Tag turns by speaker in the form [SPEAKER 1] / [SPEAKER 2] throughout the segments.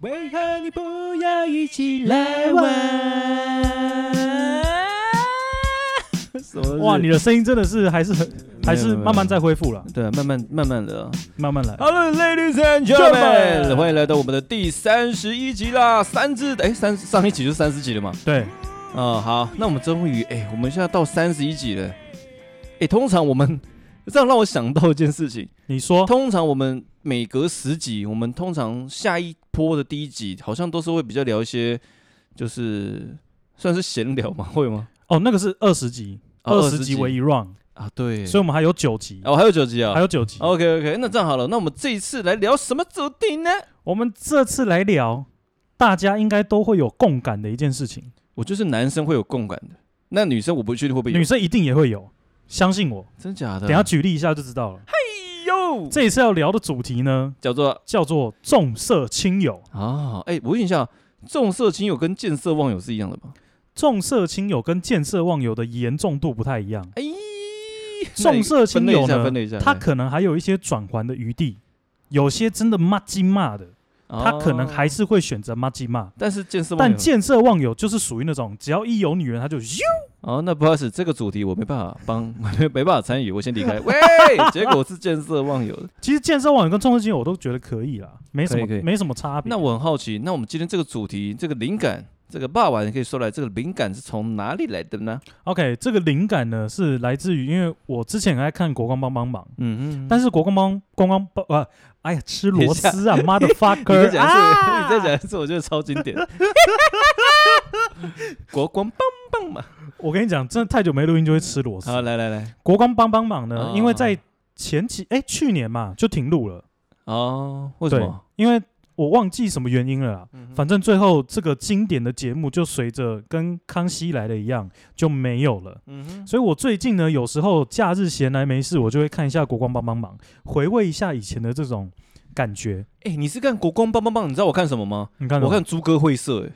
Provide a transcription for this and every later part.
[SPEAKER 1] 为何你不要一起来玩？什么
[SPEAKER 2] 哇，你
[SPEAKER 1] 的
[SPEAKER 2] 的声音真的是还是很还是慢慢在恢复了，
[SPEAKER 1] 对，慢慢慢慢的。
[SPEAKER 2] 慢慢来。
[SPEAKER 1] Hello, ladies and gentlemen，
[SPEAKER 2] gentlemen
[SPEAKER 1] 欢迎来到我们的第三十一集啦！三字哎，三上一集就三十集了嘛。
[SPEAKER 2] 对，
[SPEAKER 1] 嗯，好，那我们终于哎，我们现在到三十一集了。哎，通常我们这样让我想到一件事情，
[SPEAKER 2] 你说
[SPEAKER 1] 通常我们每隔十集，我们通常下一波的第一集好像都是会比较聊一些，就是算是闲聊嘛，会吗？
[SPEAKER 2] 哦，那个是二十集，
[SPEAKER 1] 啊
[SPEAKER 2] 二十集为一 round，
[SPEAKER 1] 啊，对，
[SPEAKER 2] 所以我们还有九集，
[SPEAKER 1] 哦，还有九集啊，
[SPEAKER 2] 还有九集。
[SPEAKER 1] OK OK，那这样好了，那我们这一次来聊什么主题呢？
[SPEAKER 2] 我们这次来聊，大家应该都会有共感的一件事情，
[SPEAKER 1] 我就是男生会有共感的，那女生我不确定会不会有嗯
[SPEAKER 2] 女，生一定也会有，相信我。
[SPEAKER 1] 真假的？
[SPEAKER 2] 等一下举例一下就知道了。
[SPEAKER 1] 哟，
[SPEAKER 2] 这一次要聊的主题呢，
[SPEAKER 1] 叫做
[SPEAKER 2] 叫做重色轻友。
[SPEAKER 1] 啊，哎、我问一下，重色轻友跟见色忘友是一样的吗？
[SPEAKER 2] 重色轻友跟见色忘友的严重度不太一样，
[SPEAKER 1] 哎、
[SPEAKER 2] 重色轻
[SPEAKER 1] 那
[SPEAKER 2] 友呢
[SPEAKER 1] 你分类一下，分类一下，
[SPEAKER 2] 它可能还有一些转圜的余地，有些真的骂鸡骂的，
[SPEAKER 1] 来
[SPEAKER 2] 他可能还
[SPEAKER 1] 哦
[SPEAKER 2] 是会选择骂鸡骂。
[SPEAKER 1] 但是见色忘友
[SPEAKER 2] 但
[SPEAKER 1] 呢，
[SPEAKER 2] 见色忘友就是属于那种，只要一有女人，他就咻。
[SPEAKER 1] 哦，那不好意思，这个主题我没办法帮， 没没办法参与，我先离开。喂，结果是见色忘友的。
[SPEAKER 2] 其实见色忘友跟重色轻友我都觉得可以啦，没什么
[SPEAKER 1] 可以可以
[SPEAKER 2] 没什么差别。
[SPEAKER 1] 那我很好奇，那我们今天这个主题，这个灵感，这个霸王，你可以说来，这个灵感是从哪里来的呢？
[SPEAKER 2] OK，这个灵感呢是来自于，因为我之前很爱看国光帮帮忙，
[SPEAKER 1] 嗯嗯，
[SPEAKER 2] 但
[SPEAKER 1] 是
[SPEAKER 2] 是国光帮光光帮呃，哎呀，吃螺丝啊
[SPEAKER 1] 你在
[SPEAKER 2] ，motherfucker
[SPEAKER 1] 讲是，
[SPEAKER 2] 啊！
[SPEAKER 1] 你在讲是，我觉得超经典。国光棒棒嘛，
[SPEAKER 2] 我跟你讲，真的太久没录音就会吃螺丝。
[SPEAKER 1] 好，来来来，
[SPEAKER 2] 国光帮帮忙呢，
[SPEAKER 1] 哦
[SPEAKER 2] 因为在前期哎、去年嘛就停录了，
[SPEAKER 1] 哦，为什
[SPEAKER 2] 对
[SPEAKER 1] 么？，嗯
[SPEAKER 2] 因为我忘记什么原因了啦。反正最后这个经典的节目就随着跟《康熙来了》一样就没有了。
[SPEAKER 1] 嗯哼，
[SPEAKER 2] 所以我最近呢，有时候假日闲来没事，我就会看一下《国光帮帮忙》，回味一下以前的这种感觉。
[SPEAKER 1] 哎，你是看国光棒棒棒，你知道我看什么吗？
[SPEAKER 2] 你看了吗，
[SPEAKER 1] 我看诸葛会社，哎，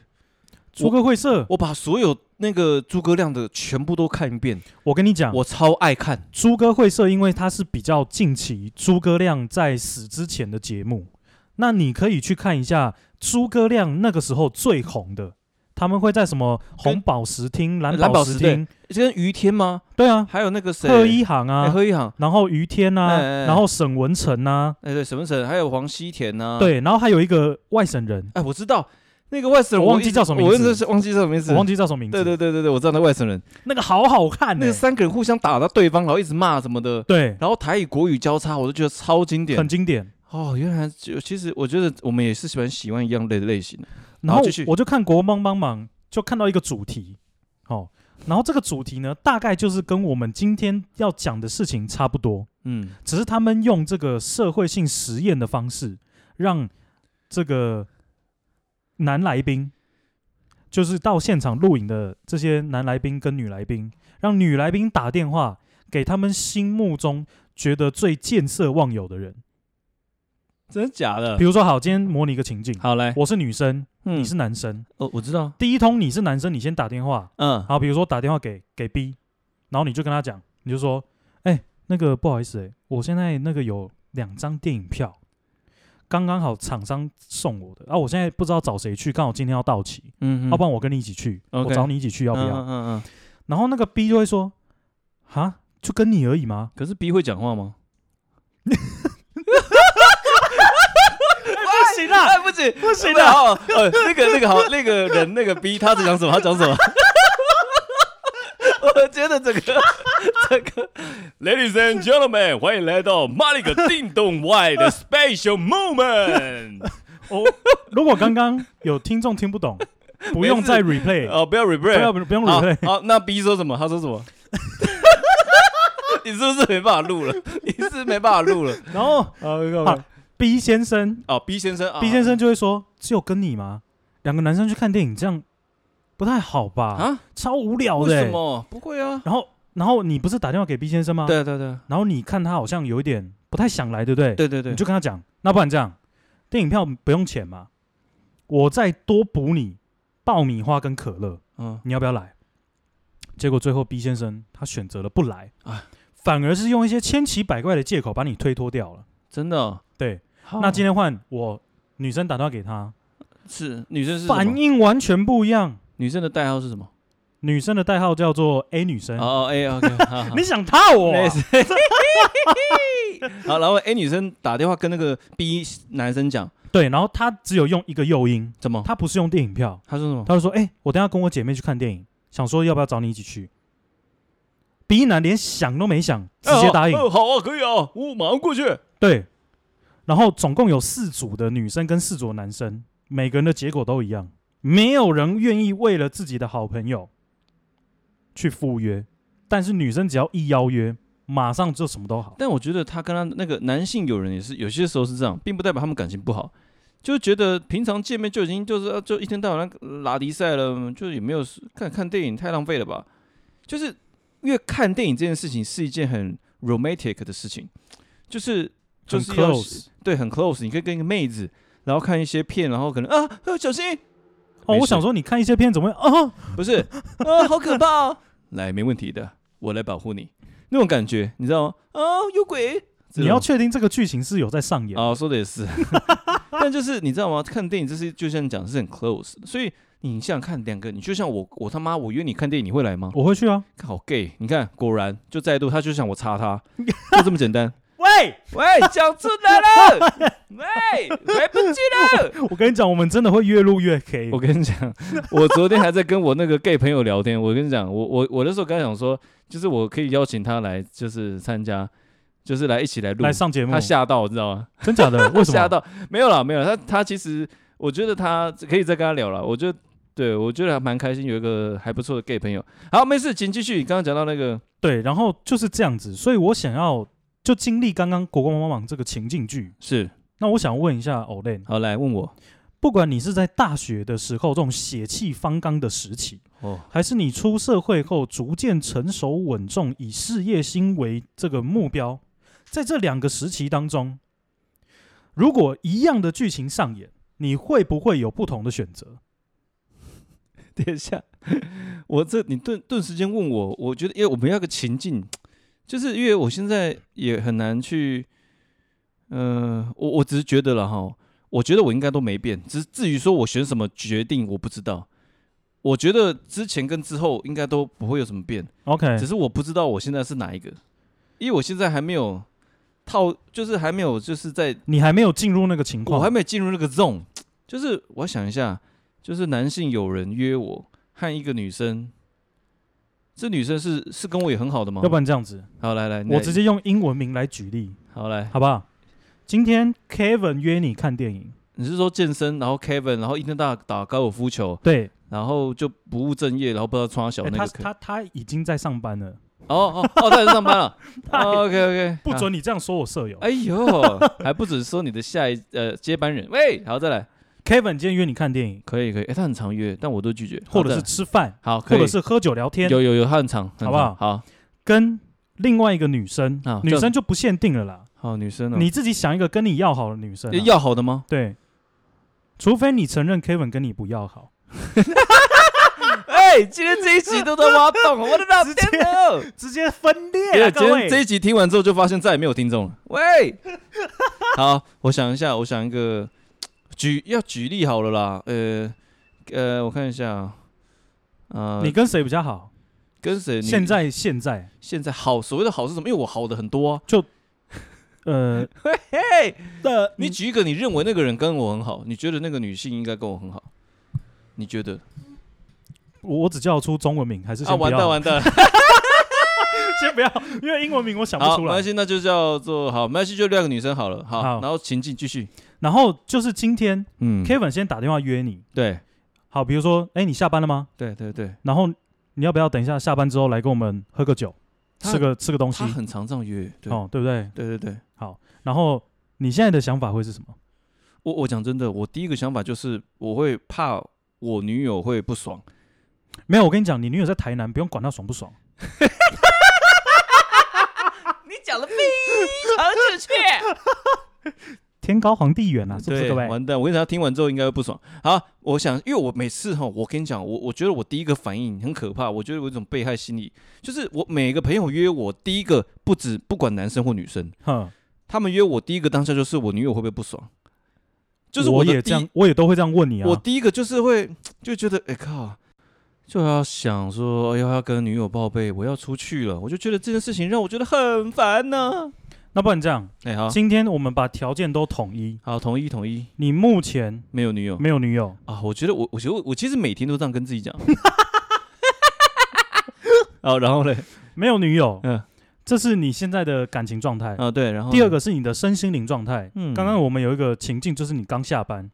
[SPEAKER 2] 诸葛会社，我
[SPEAKER 1] 我把所有那个诸葛亮的全部都看一遍，
[SPEAKER 2] 跟你讲，
[SPEAKER 1] 我超爱看。
[SPEAKER 2] 诸葛会社，因为它是比较近期诸葛亮在死之前的节目，那你可以去看一下诸葛亮那个时候最红的，他们会在什么红宝石厅、蓝
[SPEAKER 1] 蓝宝石
[SPEAKER 2] 石厅，
[SPEAKER 1] 这跟于天吗？
[SPEAKER 2] 对啊，
[SPEAKER 1] 还有那个谁，
[SPEAKER 2] 贺一航啊，
[SPEAKER 1] 哎，贺一航，
[SPEAKER 2] 然后于天啊，
[SPEAKER 1] 哎哎哎
[SPEAKER 2] 然后沈文成啊，
[SPEAKER 1] 哎，对，沈文成，还有黄西田呐。，
[SPEAKER 2] 对，然后还有一个外省人，
[SPEAKER 1] 哎，我知道那个外省人，
[SPEAKER 2] 我忘
[SPEAKER 1] 一
[SPEAKER 2] 记
[SPEAKER 1] 直
[SPEAKER 2] 叫什么
[SPEAKER 1] 我
[SPEAKER 2] 名字
[SPEAKER 1] 认识忘记叫什么名字，
[SPEAKER 2] 我忘记叫什么名字，
[SPEAKER 1] 对对对对对，我知道那外省人，
[SPEAKER 2] 那个好好看、欸，
[SPEAKER 1] 那个三个人互相打到对方，然后一直骂什么的，
[SPEAKER 2] 对，
[SPEAKER 1] 然后台语国语交叉，我都觉得超经典
[SPEAKER 2] 很。经典。
[SPEAKER 1] 哦，原来就其实我觉得我们也是喜欢喜欢一样类的类型的。
[SPEAKER 2] 然
[SPEAKER 1] 好
[SPEAKER 2] 后
[SPEAKER 1] 继续
[SPEAKER 2] 我就看《国帮帮忙》，就看到一个主题，哦，然后这个主题呢，大概就是跟我们今天要讲的事情差不多，
[SPEAKER 1] 嗯，
[SPEAKER 2] 只是他们用这个社会性实验的方式，让这个男来宾，就是到现场录影的这些男来宾跟女来宾，让女来宾打电话给他们心目中觉得最见色忘友的人。
[SPEAKER 1] 真的假的
[SPEAKER 2] 比？如说，好，今天模拟一个情境，
[SPEAKER 1] 呃好来，
[SPEAKER 2] 我是女生，
[SPEAKER 1] 嗯
[SPEAKER 2] 你是男生。
[SPEAKER 1] 哦，我知道，
[SPEAKER 2] 第一通你是男生，你先打电话，
[SPEAKER 1] 嗯，
[SPEAKER 2] 然后比如说打电话给给 B，然后你就跟他讲，你就说，哎、那个不好意思、哎，我现在那个有两张电影票，刚刚好厂商送我的，啊，我现在不知道找谁去，刚好今天要到期，
[SPEAKER 1] 嗯，
[SPEAKER 2] 要、不然我跟你一起去
[SPEAKER 1] OK
[SPEAKER 2] 我找你一起去要不要？
[SPEAKER 1] 嗯嗯嗯。
[SPEAKER 2] 然后那个 B 就会说，哈，就跟你而已吗？
[SPEAKER 1] 可是 B 会讲话吗？
[SPEAKER 2] 不行啦，
[SPEAKER 1] 哎，不行，
[SPEAKER 2] 不行
[SPEAKER 1] 的，
[SPEAKER 2] 啦，
[SPEAKER 1] 好，呃，那个那个好，那个人那个 B 他在讲什么？他讲什么？ 我觉得整个 整个，Ladies and gentlemen，欢迎来到马里克叮咚 Y 的 special moment。
[SPEAKER 2] 我如果刚刚有听众听不懂，不
[SPEAKER 1] 没
[SPEAKER 2] 用
[SPEAKER 1] 事
[SPEAKER 2] 再 replay，
[SPEAKER 1] 哦，不要
[SPEAKER 2] 不要
[SPEAKER 1] replay，
[SPEAKER 2] 不用
[SPEAKER 1] 好
[SPEAKER 2] replay，
[SPEAKER 1] 好，那 B 说什么？他说什 么？你是不是没办法录了？你是不是没办法录了？
[SPEAKER 2] 然后
[SPEAKER 1] 啊
[SPEAKER 2] 好 B 先生
[SPEAKER 1] 哦，B 先生啊
[SPEAKER 2] B 先生就会说：“只有跟你吗？两个男生去看电影，这样不太好吧？
[SPEAKER 1] 啊，
[SPEAKER 2] 超无聊
[SPEAKER 1] 为
[SPEAKER 2] 的欸、
[SPEAKER 1] 什么不会啊？
[SPEAKER 2] 然后，然后你不是打电话给 B 先生吗？。
[SPEAKER 1] 对对对
[SPEAKER 2] 然后你看他好像有一点不太想来，对不对？
[SPEAKER 1] 对对对
[SPEAKER 2] 你，就跟他讲，那不然这样，电影票不用钱嘛，我再多补你爆米花跟可乐，
[SPEAKER 1] 嗯，
[SPEAKER 2] 你要不要来？结果最后 B 先生他选择了不来
[SPEAKER 1] 哎，
[SPEAKER 2] 反而是用一些千奇百怪的借口把你推脱掉了。
[SPEAKER 1] 真的哦。
[SPEAKER 2] 对，
[SPEAKER 1] 好
[SPEAKER 2] 那今天换我女生打电话给他，
[SPEAKER 1] 是女生是什
[SPEAKER 2] 反
[SPEAKER 1] 么？
[SPEAKER 2] 应完全不一样。
[SPEAKER 1] 女生的代号是什么？
[SPEAKER 2] 女生的代号叫做 A 女生，
[SPEAKER 1] 哦哦，A OK，好 好
[SPEAKER 2] 你想套我啊、
[SPEAKER 1] 类似好，然后 A 女生打电话跟那个 B 男生讲，
[SPEAKER 2] 对，然后她只有用一个诱因，
[SPEAKER 1] 怎么？
[SPEAKER 2] 她不是用电影票，
[SPEAKER 1] 他说什么？
[SPEAKER 2] 她就说：“哎、我等一下跟我姐妹去看电影，想说要不要找你一起去。”B 男连想都没想，直接答应。
[SPEAKER 1] 哎好好啊，可以啊，我马上过去。
[SPEAKER 2] 对，然后总共有四组的女生跟四组的男生，每个人的结果都一样，没有人愿意为了自己的好朋友去赴约，但是女生只要一邀约，马上就什么都好。
[SPEAKER 1] 但我觉得他跟他那个男性友人也是，有些时候是这样，并不代表他们感情不好，就觉得平常见面就已经就是呃就一天到晚那拉迪赛了，就也没有看看电影太浪费了吧。就是因为看电影这件事情是一件很 romantic 的事情，就是就
[SPEAKER 2] 很
[SPEAKER 1] 是要
[SPEAKER 2] close
[SPEAKER 1] 对很 close，你可以跟一个妹子，然后看一些片，然后可能啊啊小心，没
[SPEAKER 2] 哦，我
[SPEAKER 1] 事
[SPEAKER 2] 想说，你看一些片怎么会哦，
[SPEAKER 1] 不是，啊，好可怕、哦！来，没问题的，我来保护你，那种感觉，你知道吗？啊，有鬼！这种
[SPEAKER 2] 你要确定这个剧情是有在上演。
[SPEAKER 1] 哦，说的也 是，但就是你知道吗？看电影这是就像你讲的是很 close，的所以你想想看，两个你就像我，我他妈我约你看电影，你会来吗？
[SPEAKER 2] 我会去啊。
[SPEAKER 1] 看好 gay，你看果然就再度他就想我插 他，就这么简单。
[SPEAKER 2] 喂，
[SPEAKER 1] 喂，讲出来了， 喂，来不及了。
[SPEAKER 2] 我跟你讲，我们真的会越录越黑
[SPEAKER 1] 我。跟你讲，我昨天还在跟我那个 gay 朋友聊天。我跟你讲，我我我那时候跟他讲说，就是我可以邀请他来，就是参加，就是来一起来录
[SPEAKER 2] 来。上节目
[SPEAKER 1] 他，吓到，你知道吗？
[SPEAKER 2] 真 假的？为什
[SPEAKER 1] 吓
[SPEAKER 2] 么？
[SPEAKER 1] 到，没有啦，没有啦。他他其实，我觉得他可以再跟他聊了。我觉得，对我觉得还蛮开心，有一个还不错的 gay 朋友。好，没事，请继续。你刚刚讲到那个，
[SPEAKER 2] 对，然后就是这样子，所以我想要就经历刚刚《国光帮忙》这个情境剧。
[SPEAKER 1] 是
[SPEAKER 2] 那我想问一下 Olen，
[SPEAKER 1] 好来问我
[SPEAKER 2] 不管你是在大学的时候这种血气方刚的时期，
[SPEAKER 1] 哦，
[SPEAKER 2] 还是你出社会后逐渐成熟稳重，以事业心为这个目标，在这两个时期当中，如果一样的剧情上演，你会不会有不同的选择？
[SPEAKER 1] 等一下， 我这你顿顿时间问我，我觉得因为我们要个情境，就是因为我现在也很难去，呃，我我只是觉得了哈，我觉得我应该都没变，只是至于说我选什么决定，我不知道。我觉得之前跟之后应该都不会有什么变，
[SPEAKER 2] OK，
[SPEAKER 1] 只是我不知道我现在是哪一个，因为我现在还没有套，就是还没有就是在
[SPEAKER 2] 你还没有进入那个情况，
[SPEAKER 1] 我还没有进入那个 zone，就是我要想一下，就是男性友人约我和一个女生，这女生是是跟我也很好的吗？
[SPEAKER 2] 要不然这样子，
[SPEAKER 1] 好来来，你
[SPEAKER 2] 我
[SPEAKER 1] 来
[SPEAKER 2] 直接用英文名来举例，
[SPEAKER 1] 好来，
[SPEAKER 2] 好不好？今天 Kevin 约你看电影，
[SPEAKER 1] 你是说健身，然后 Kevin，然后一天到晚打高尔夫球，
[SPEAKER 2] 对，
[SPEAKER 1] 然后就不务正业，然后不知道穿小
[SPEAKER 2] 诶
[SPEAKER 1] 哦那
[SPEAKER 2] 哎他
[SPEAKER 1] 个 K，、
[SPEAKER 2] 他他已经在上班 了，
[SPEAKER 1] 哦哦哦，他在上班了
[SPEAKER 2] 他也
[SPEAKER 1] ，OK OK，
[SPEAKER 2] 不准你这样说我舍友。
[SPEAKER 1] 哦哎呦，还不止说你的下一呃接班人，喂，好再来，
[SPEAKER 2] Kevin 今天约你看电影，
[SPEAKER 1] 可以可以，哎、他很常约，但我都拒绝，
[SPEAKER 2] 或
[SPEAKER 1] 好
[SPEAKER 2] 者
[SPEAKER 1] 再
[SPEAKER 2] 是
[SPEAKER 1] 来
[SPEAKER 2] 吃饭，
[SPEAKER 1] 好，可
[SPEAKER 2] 或
[SPEAKER 1] 以
[SPEAKER 2] 者是喝酒聊天，
[SPEAKER 1] 有有有，他很常，很
[SPEAKER 2] 好不好
[SPEAKER 1] 常好
[SPEAKER 2] 跟另外一个女生
[SPEAKER 1] 啊，
[SPEAKER 2] 女
[SPEAKER 1] 这
[SPEAKER 2] 生就不限定了啦，
[SPEAKER 1] 好，女生哦、
[SPEAKER 2] 你自己想一个跟你要好的女生啊，
[SPEAKER 1] 要好的吗？
[SPEAKER 2] 对，除非你承认 Kevin 跟你不要好，
[SPEAKER 1] 哎、今天这一集都在挖洞，我的老天鹅！
[SPEAKER 2] 直接分
[SPEAKER 1] 对
[SPEAKER 2] 裂
[SPEAKER 1] 了
[SPEAKER 2] 啊，
[SPEAKER 1] 今
[SPEAKER 2] 各
[SPEAKER 1] 天这
[SPEAKER 2] 位。
[SPEAKER 1] 一集听完之后，就发现再也没有听众了。喂， 好，我想一下，我想一个举要举例好了啦。呃呃，我看一下啊，呃，
[SPEAKER 2] 你跟谁比较好？
[SPEAKER 1] 跟谁？呃你
[SPEAKER 2] 现在现在
[SPEAKER 1] 现在好，所谓的好是什么？因为我好的很多、啊。
[SPEAKER 2] 呃
[SPEAKER 1] 嘿，
[SPEAKER 2] 的
[SPEAKER 1] 你举一个你认为那个人跟我很好，你觉得那个女性应该跟我很好，你觉得？
[SPEAKER 2] 我我只叫出中文名，还是
[SPEAKER 1] 啊，
[SPEAKER 2] 先不
[SPEAKER 1] 完蛋
[SPEAKER 2] 要，
[SPEAKER 1] 完 蛋，
[SPEAKER 2] 先不要，因为英文名我想不
[SPEAKER 1] 好，
[SPEAKER 2] 出
[SPEAKER 1] 没
[SPEAKER 2] 来
[SPEAKER 1] 关。系，那就叫做好，没关系，就两个女生好了。好，
[SPEAKER 2] 好
[SPEAKER 1] 然后情境继续。
[SPEAKER 2] 然后就是今天
[SPEAKER 1] 嗯
[SPEAKER 2] Kevin 先打电话约你，
[SPEAKER 1] 对
[SPEAKER 2] 好，比如说，哎，你下班了吗？
[SPEAKER 1] 对对对，
[SPEAKER 2] 然后你要不要等一下下班之后来跟我们喝个酒，
[SPEAKER 1] 他
[SPEAKER 2] 吃个吃个东西
[SPEAKER 1] 他？很常这样约。对，
[SPEAKER 2] 哦，对不对？
[SPEAKER 1] 对对对，
[SPEAKER 2] 然后你现在的想法会是什么？
[SPEAKER 1] 我我讲真的，我第一个想法就是我会怕我女友会不爽。
[SPEAKER 2] 没有，我跟你讲，你女友在台南，不用管她爽不爽。
[SPEAKER 1] 你讲的非常准确，
[SPEAKER 2] 天高皇帝远啊，是不
[SPEAKER 1] 嗯
[SPEAKER 2] 是
[SPEAKER 1] 对，
[SPEAKER 2] 各位？
[SPEAKER 1] 完蛋！我跟你讲，他听完之后应该会不爽。好，我想，因为我每次哈，我跟你讲，我我觉得我第一个反应很可怕，我觉得有一种被害心理，就是我每个朋友约我，第一个不止不管男生或女生，
[SPEAKER 2] 哼，
[SPEAKER 1] 他们约我第一个当下就是我女友会不会不爽，就是
[SPEAKER 2] 我
[SPEAKER 1] 的
[SPEAKER 2] 也
[SPEAKER 1] 第
[SPEAKER 2] 这样，我也都会这样问你啊。
[SPEAKER 1] 我第一个就是会就觉得，哎、靠，就要想说哎要要跟女友报备，我要出去了，我就觉得这件事情让我觉得很烦呢、
[SPEAKER 2] 那不然这样，
[SPEAKER 1] 哎、好，
[SPEAKER 2] 今天我们把条件都统一，
[SPEAKER 1] 好，同意同意，
[SPEAKER 2] 你目前
[SPEAKER 1] 没有女友
[SPEAKER 2] 没有女友，
[SPEAKER 1] 啊？我觉得我，我觉得我，我其实每天都这样跟自己 讲。哦，然后嘞，
[SPEAKER 2] 没有女友，
[SPEAKER 1] 嗯
[SPEAKER 2] 这是你现在的感情状态。
[SPEAKER 1] 啊对，然后
[SPEAKER 2] 第二
[SPEAKER 1] 呢，
[SPEAKER 2] 个是你的身心灵状态。
[SPEAKER 1] 嗯
[SPEAKER 2] 刚刚我们有一个情境，就是你刚下班，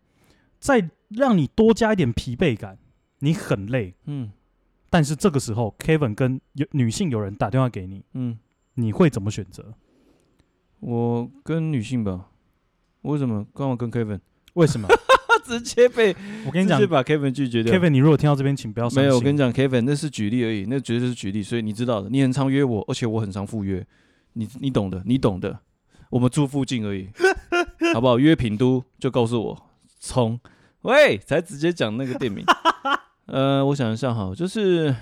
[SPEAKER 2] 再让你多加一点疲惫感，你很累，
[SPEAKER 1] 嗯
[SPEAKER 2] 但是这个时候 Kevin 跟有女性友人打电话给你，
[SPEAKER 1] 嗯，
[SPEAKER 2] 你会怎么选择？
[SPEAKER 1] 我跟女性吧，我为什么刚好跟 Kevin？
[SPEAKER 2] 为什么？
[SPEAKER 1] 他直接被
[SPEAKER 2] 我跟
[SPEAKER 1] 直
[SPEAKER 2] 你讲
[SPEAKER 1] 接把 Kevin 拒绝掉。
[SPEAKER 2] ，Kevin，你如果听到这边，请不要伤
[SPEAKER 1] 没有，我
[SPEAKER 2] 心
[SPEAKER 1] 跟你讲，Kevin 那是举例而已，那绝对是举例，所以你知道的，你很常约我，而且我很常赴约，你你懂的，你懂的，我们住附近而已，好不好？约品都就告诉我，冲，喂，才直接讲那个店 名。呃，我想一下哈，就是，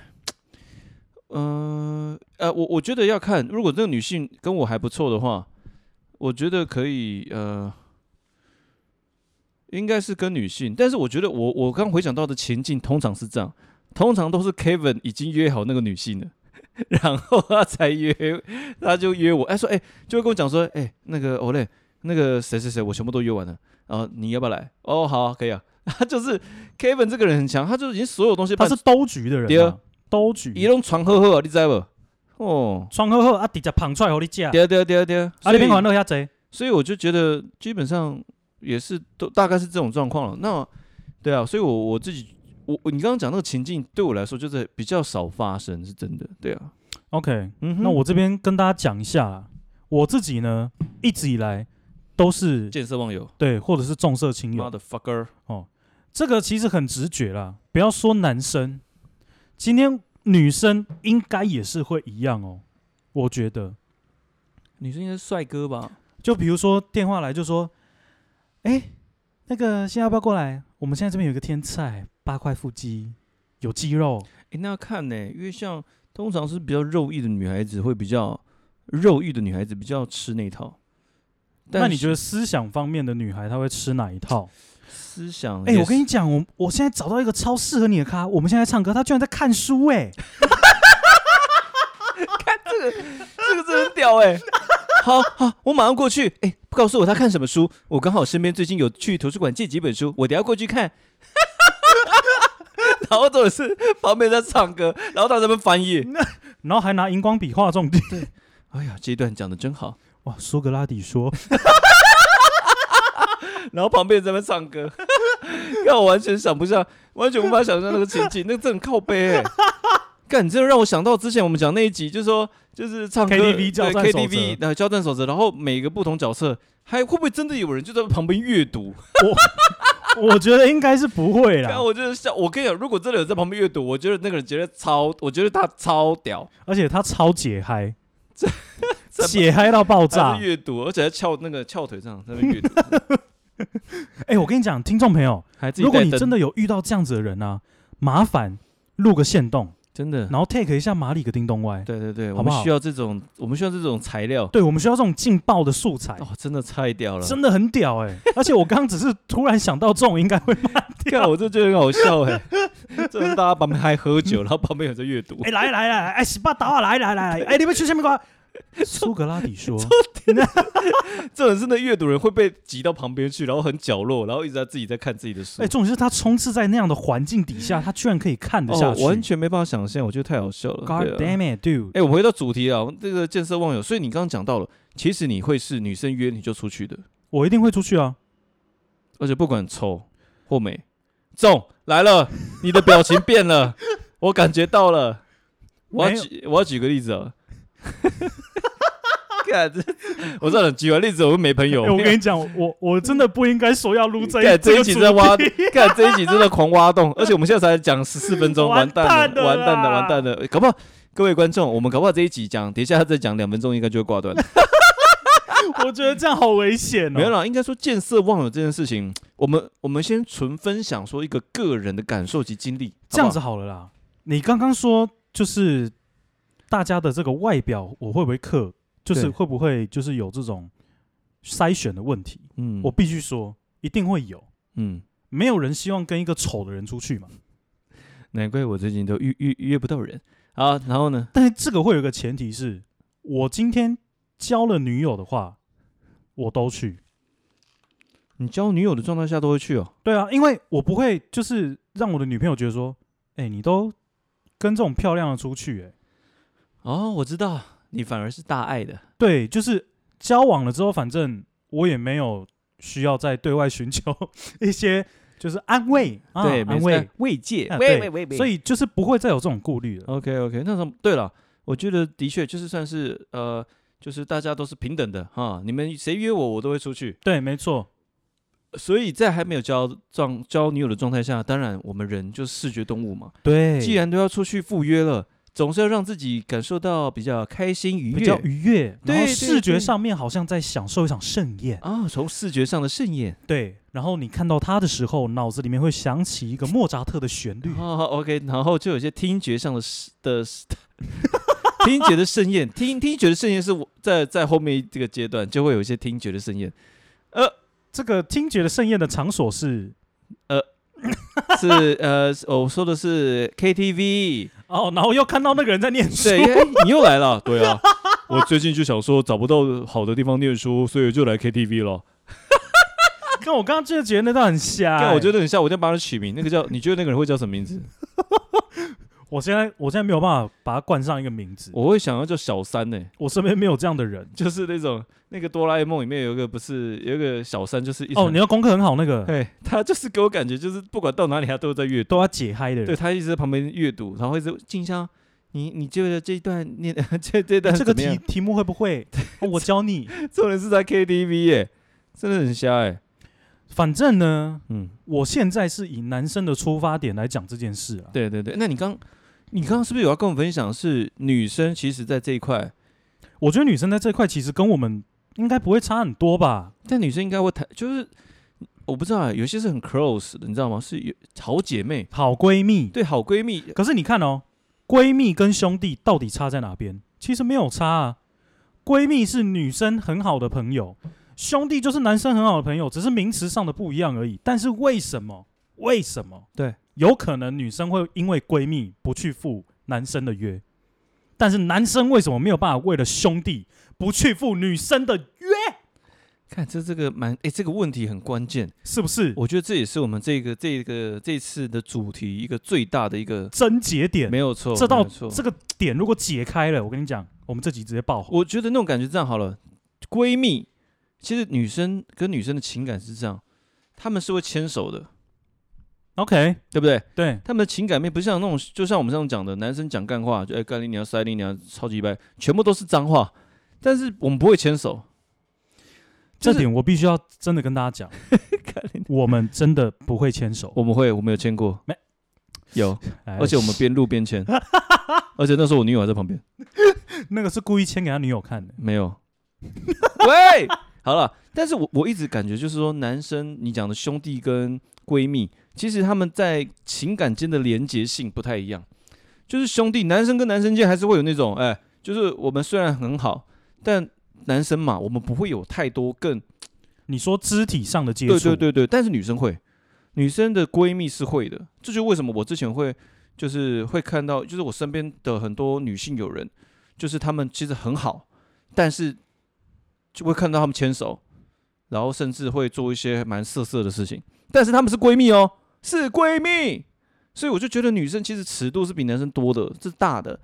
[SPEAKER 1] 呃呃，我我觉得要看，如果这个女性跟我还不错的话，我觉得可以呃。应该是跟女性，但是我觉得我我刚回想到的情境通常是这样，通常都是 Kevin 已经约好那个女性了， 然后他才约，他就约我，哎说哎，就会跟我讲说，哎那个 Olay，那个谁谁谁，我全部都约完了，然后你要不要来？哦好啊、可以啊， 他就是 Kevin 这个人很强，他就已经所有东西
[SPEAKER 2] 他
[SPEAKER 1] 办
[SPEAKER 2] 是兜局的
[SPEAKER 1] 对
[SPEAKER 2] 人、
[SPEAKER 1] 啊
[SPEAKER 2] 啊，兜
[SPEAKER 1] 一
[SPEAKER 2] 局，
[SPEAKER 1] 弄床呵啊呵，你知不？哦，
[SPEAKER 2] 床好好啊，直接捧出来给你食，啊，
[SPEAKER 1] 对啊对啊对啊对啊，
[SPEAKER 2] 你别
[SPEAKER 1] 所以
[SPEAKER 2] 玩乐遐济。
[SPEAKER 1] 所以我就觉得基本上也是都大概是这种状况了。那对啊，所以我我自己我我你刚刚讲那个情境对我来说就是比较少发生，是真的。对啊，
[SPEAKER 2] OK，
[SPEAKER 1] 嗯哼，
[SPEAKER 2] 那我这边跟大家讲一下啦，我自己呢一直以来都是
[SPEAKER 1] 见色忘友
[SPEAKER 2] 对，或者是重色轻友，
[SPEAKER 1] ，motherfucker，
[SPEAKER 2] 这个其实很直觉啦。不要说男生，今天女生应该也是会一样哦。我觉得，
[SPEAKER 1] 女生应该是帅哥吧？
[SPEAKER 2] 就比如说电话来就说，哎，那个现在要不要过来？我们现在这边有一个天菜，八块腹肌，有肌肉，
[SPEAKER 1] 诶，那要看呢、因为像通常是比较肉欲的女孩子会比较肉欲的女孩子比较吃那一套。
[SPEAKER 2] 那你觉
[SPEAKER 1] 得
[SPEAKER 2] 得思想方面的女孩她会吃哪一套？
[SPEAKER 1] 思想？
[SPEAKER 2] 哎、我跟你讲，我我现在找到一个超适合你的咖，我们现在唱歌，她居然在看书哎、
[SPEAKER 1] 这个真的很屌哎、好好，我马上过去。哎、不告诉我他看什么书，我刚好身边最近有去图书馆借几本书，我等一下过去看。 然后或者是旁边在唱歌，然后他在那边翻译。
[SPEAKER 2] 然后还拿荧光笔画重点。
[SPEAKER 1] 哎呀，这一段讲的真好。
[SPEAKER 2] 哇，苏格拉底说，
[SPEAKER 1] 然后旁边在那边唱歌，让我完全想不上，完全无法想象那个情景，那个真的很靠背哎、干，你这让我想到之前我们讲那一集，就是说，就是唱歌
[SPEAKER 2] KTV
[SPEAKER 1] 对
[SPEAKER 2] 交战守则
[SPEAKER 1] KTV 然后交战守则，然后每个不同角色，还会不会真的有人就在旁边阅读？
[SPEAKER 2] 我觉得应该是 不会啦
[SPEAKER 1] 看，。啊我就是笑。我跟你讲，如果真的有在旁边阅读，我觉得那个人觉得超，我觉得他超屌，
[SPEAKER 2] 而且他超解嗨，
[SPEAKER 1] 这
[SPEAKER 2] 解嗨到爆
[SPEAKER 1] 他
[SPEAKER 2] 炸
[SPEAKER 1] 是。阅读，而且还翘那个翘腿上在那 边阅读，
[SPEAKER 2] 哎、我跟你讲，听众朋友，
[SPEAKER 1] 还自己
[SPEAKER 2] 如果
[SPEAKER 1] 带
[SPEAKER 2] 你
[SPEAKER 1] 灯
[SPEAKER 2] 真的有遇到这样子的人啊，麻烦录个线动，
[SPEAKER 1] 真的，
[SPEAKER 2] 然后 take 一下马里个叮咚歪。
[SPEAKER 1] 对对对，我
[SPEAKER 2] 好不
[SPEAKER 1] 们
[SPEAKER 2] 好
[SPEAKER 1] 需要这种，我们需要这种材料。
[SPEAKER 2] 对，我们需要这种劲爆的素材，
[SPEAKER 1] 哦，真的太屌了，
[SPEAKER 2] 真的很屌 哎、而且我刚刚只是突然想到，这种应该会
[SPEAKER 1] 看，我就觉得很好笑哎、就是大家旁边还喝酒，然后旁边有人在阅读
[SPEAKER 2] 哎、，来来来，哎，十八刀啊，来来来来，哎、你们去下面瓜。苏格拉底说，
[SPEAKER 1] 这种真的阅读人会被挤到旁边去，然后很角落，然后一直在自己在看自己的书。
[SPEAKER 2] 哎、重点是他充斥在那样的环境底下，他居然可以看得下
[SPEAKER 1] 哦，
[SPEAKER 2] 去。
[SPEAKER 1] 完全没办法想象，我觉得太好笑了。
[SPEAKER 2] God
[SPEAKER 1] 对啊
[SPEAKER 2] damn it, dude！、
[SPEAKER 1] 哎、我回到主题啊，这个见色忘友，所以你刚刚讲到了，其实你会是女生约你就出去的，
[SPEAKER 2] 我一定会出去啊。
[SPEAKER 1] 而且不管丑或美，中来了，你的表情变了，我感觉到了。我要
[SPEAKER 2] 没有
[SPEAKER 1] 举我要举个例子啊，看这，我知道了举完例子我又没朋友。
[SPEAKER 2] 哎我跟你讲，我我真的不应该说要录这一
[SPEAKER 1] 干这一集
[SPEAKER 2] 集
[SPEAKER 1] 真的挖，干这一集真的狂挖洞，而且我们现在才讲十四分钟，完
[SPEAKER 2] 完
[SPEAKER 1] 蛋
[SPEAKER 2] 蛋
[SPEAKER 1] 了，
[SPEAKER 2] 了
[SPEAKER 1] 完蛋了，
[SPEAKER 2] 啦
[SPEAKER 1] 完蛋了，哎搞不好各位观众，我们搞不好这一集讲，等一下再讲两分钟应该就会挂断。
[SPEAKER 2] 我觉得这样好危险哦。
[SPEAKER 1] 没有啦，应该说见色忘友这件事情，我们我们先纯分享说一个个人的感受及经历，
[SPEAKER 2] 这样子
[SPEAKER 1] 好
[SPEAKER 2] 好了啦。你刚刚说就是大家的这个外表，我会不会克？就是
[SPEAKER 1] 对
[SPEAKER 2] 会不会就是有这种筛选的问题？
[SPEAKER 1] 不好，嗯，
[SPEAKER 2] 我必须说，一定会有。
[SPEAKER 1] 嗯，
[SPEAKER 2] 没有人希望跟一个丑的人出去嘛。
[SPEAKER 1] 难怪我最近都约约约不到人啊。然后呢，
[SPEAKER 2] 但是这个会有一个前提是，我今天交了女友的话，我都去。
[SPEAKER 1] 你交女友的状态下都会去哦。
[SPEAKER 2] 对啊，因为我不会就是让我的女朋友觉得说，哎、你都跟这种漂亮的出去、哎，
[SPEAKER 1] 哦，我知道，你反而是大爱的。
[SPEAKER 2] 对，就是交往了之后，反正我也没有需要再对外寻求 一些就是安慰，啊、
[SPEAKER 1] 对，没
[SPEAKER 2] 安
[SPEAKER 1] 错
[SPEAKER 2] 慰，
[SPEAKER 1] 慰藉
[SPEAKER 2] 啊，
[SPEAKER 1] 喂
[SPEAKER 2] 对
[SPEAKER 1] 喂喂喂。
[SPEAKER 2] 所以就是不会再有这种顾虑了。
[SPEAKER 1] OK OK，那什么？对了，我觉得的确就是算是呃，就是大家都是平等的哈。你们谁约我，我都会出去。
[SPEAKER 2] 对，没错，
[SPEAKER 1] 所以在还没有交状交女友的状态下，当然我们人就是视觉动物嘛。
[SPEAKER 2] 对
[SPEAKER 1] 既然都要出去赴约了，总是要让自己感受到比较开心愉
[SPEAKER 2] 比较
[SPEAKER 1] 悦
[SPEAKER 2] 愉悦，然
[SPEAKER 1] 对
[SPEAKER 2] 后
[SPEAKER 1] 对
[SPEAKER 2] 视觉
[SPEAKER 1] 对
[SPEAKER 2] 上面好像在享受一场盛宴，
[SPEAKER 1] 啊，从视觉上的盛宴。
[SPEAKER 2] 对。然后你看到他的时候，脑子里面会响起一个莫扎特的旋律，
[SPEAKER 1] 哦，OK，然后就有一些听觉上的是的， 是听觉的盛宴，听听觉的盛宴是我在在后面这个阶段就会有一些听觉的盛宴，
[SPEAKER 2] 这个听觉的盛宴的场所是
[SPEAKER 1] 是呃，我说的是 KTV，
[SPEAKER 2] 哦，然后又看到那个人在念书，
[SPEAKER 1] 对，哎你又来 了，对啊，我最近就想说找不到好的地方念书，所以就来 KTV 了。
[SPEAKER 2] 跟 我刚刚就觉得那段很瞎、欸
[SPEAKER 1] 但我觉
[SPEAKER 2] 得
[SPEAKER 1] 得很像，我一定要帮他取名，那个叫你觉得那个人会叫什么名字？
[SPEAKER 2] 我现在我现在没有办法把它冠上一个名字，我
[SPEAKER 1] 我会想要叫小三欸呢、
[SPEAKER 2] 身边没有这样的人。
[SPEAKER 1] 就是那种那个哆啦 A 梦里面有一个不是有一个小三，就是一
[SPEAKER 2] 哦，你要功课很好，那个
[SPEAKER 1] 对，他就是给我感觉就是不管到哪里他都在阅读，
[SPEAKER 2] 都要解嗨的
[SPEAKER 1] 对
[SPEAKER 2] 人，
[SPEAKER 1] 他一直在旁边阅读，然后一直静香，你你觉得这一段念 这这段
[SPEAKER 2] 欸这个
[SPEAKER 1] 怎么
[SPEAKER 2] 题
[SPEAKER 1] 样
[SPEAKER 2] 题目会不 会？哦我教你。
[SPEAKER 1] 重点是在 KTV 耶、真的很瞎哎、
[SPEAKER 2] 反正呢，
[SPEAKER 1] 嗯，
[SPEAKER 2] 我现在是以男生的出发点来讲这件事啊。
[SPEAKER 1] 对对对，那你刚你刚刚是不是有要跟我们分享是女生其实在这一块，
[SPEAKER 2] 我觉得女生在这块其实跟我们应该不会差很多吧？
[SPEAKER 1] 但女生应该会谈，就是我不知道、啊，有些是很 close 的，你知道吗？是有好姐妹，
[SPEAKER 2] 好闺蜜。
[SPEAKER 1] 对好闺蜜，
[SPEAKER 2] 可是你看哦，闺蜜跟兄弟到底差在哪边？其实没有差啊。闺蜜是女生很好的朋友，兄弟就是男生很好的朋友，只是名词上的不一样而已。但是为什么？为什么？
[SPEAKER 1] 对，
[SPEAKER 2] 有可能女生会因为闺蜜不去赴男生的约，但是男生为什么没有办法为了兄弟不去赴女生的约？
[SPEAKER 1] 看这这个蛮哎、这个问题很关键，
[SPEAKER 2] 是不是
[SPEAKER 1] 我觉得这也是我们这个这个这次的主题一个最大的一个。
[SPEAKER 2] 真节点？
[SPEAKER 1] 没有错，
[SPEAKER 2] 这
[SPEAKER 1] 没
[SPEAKER 2] 道
[SPEAKER 1] 有错
[SPEAKER 2] 这个点如果解开了，我跟你讲，我们这集直接爆红。
[SPEAKER 1] 我觉得那种感觉这样好了，闺蜜其实女生跟女生的情感是这样，她们是会牵手的，
[SPEAKER 2] OK，
[SPEAKER 1] 对不对？
[SPEAKER 2] 对，
[SPEAKER 1] 她们的情感面不像那种，就像我们上次讲的，男生讲干话，就哎干你娘、塞你娘、超级掰，全部都是脏话，但是我们不会牵手，就
[SPEAKER 2] 这
[SPEAKER 1] 是
[SPEAKER 2] 点我必须要真的跟大家 讲，我们真的不会牵手，
[SPEAKER 1] 我们会，我们有牵过，
[SPEAKER 2] 没
[SPEAKER 1] 有，
[SPEAKER 2] 哎
[SPEAKER 1] 而且我们边录边 牵，而且那时候我女友还在旁边，
[SPEAKER 2] 那个是故意牵给他女友看的。
[SPEAKER 1] 没有，喂，好了，但是我我一直感觉就是说，男生你讲的兄弟跟闺蜜，其实他们在情感间的连结性不太一样。就是兄弟，男生跟男生间还是会有那种，哎、就是我们虽然很好，但男生嘛，我们不会有太多更
[SPEAKER 2] 你说肢体上的接
[SPEAKER 1] 对
[SPEAKER 2] 触，
[SPEAKER 1] 对对对，但是女生会，女生的闺蜜是会的，这就是为什么我之前会就是会看到，就是我身边的很多女性友人，就是她们其实很好，但是就会看到她们牵手，然后甚至会做一些蛮色色的事情，但是她们是闺蜜哦，是闺蜜，所以我就觉得女生其实尺度是比男生多的，这是大的，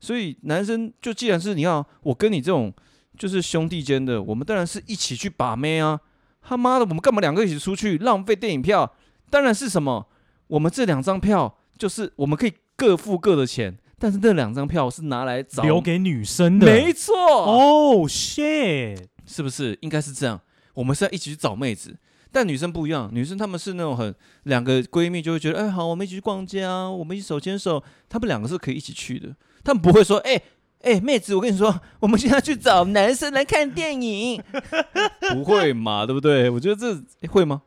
[SPEAKER 1] 所以男生就既然是你要我跟你这种。就是兄弟间的，我们当然是一起去把妹啊！他妈的，我们干嘛两个一起出去浪费电影票？当然是什么，我们这两张票就是我们可以各付各的钱，但是那两张票是拿来找
[SPEAKER 2] 留给女生的。
[SPEAKER 1] 没错，
[SPEAKER 2] 哦、shit，
[SPEAKER 1] 是不是？应该是这样，我们是要一起去找妹子。但女生不一样，女生她们是那种很两个闺蜜就会觉得，哎，好，我们一起去逛街啊，我们一起手牵手，她们两个是可以一起去的，她们不会说，哎、哎、妹子，我跟你说，我们现在去找男生来看电影，不会嘛，对不对？我觉得这、哎会吗？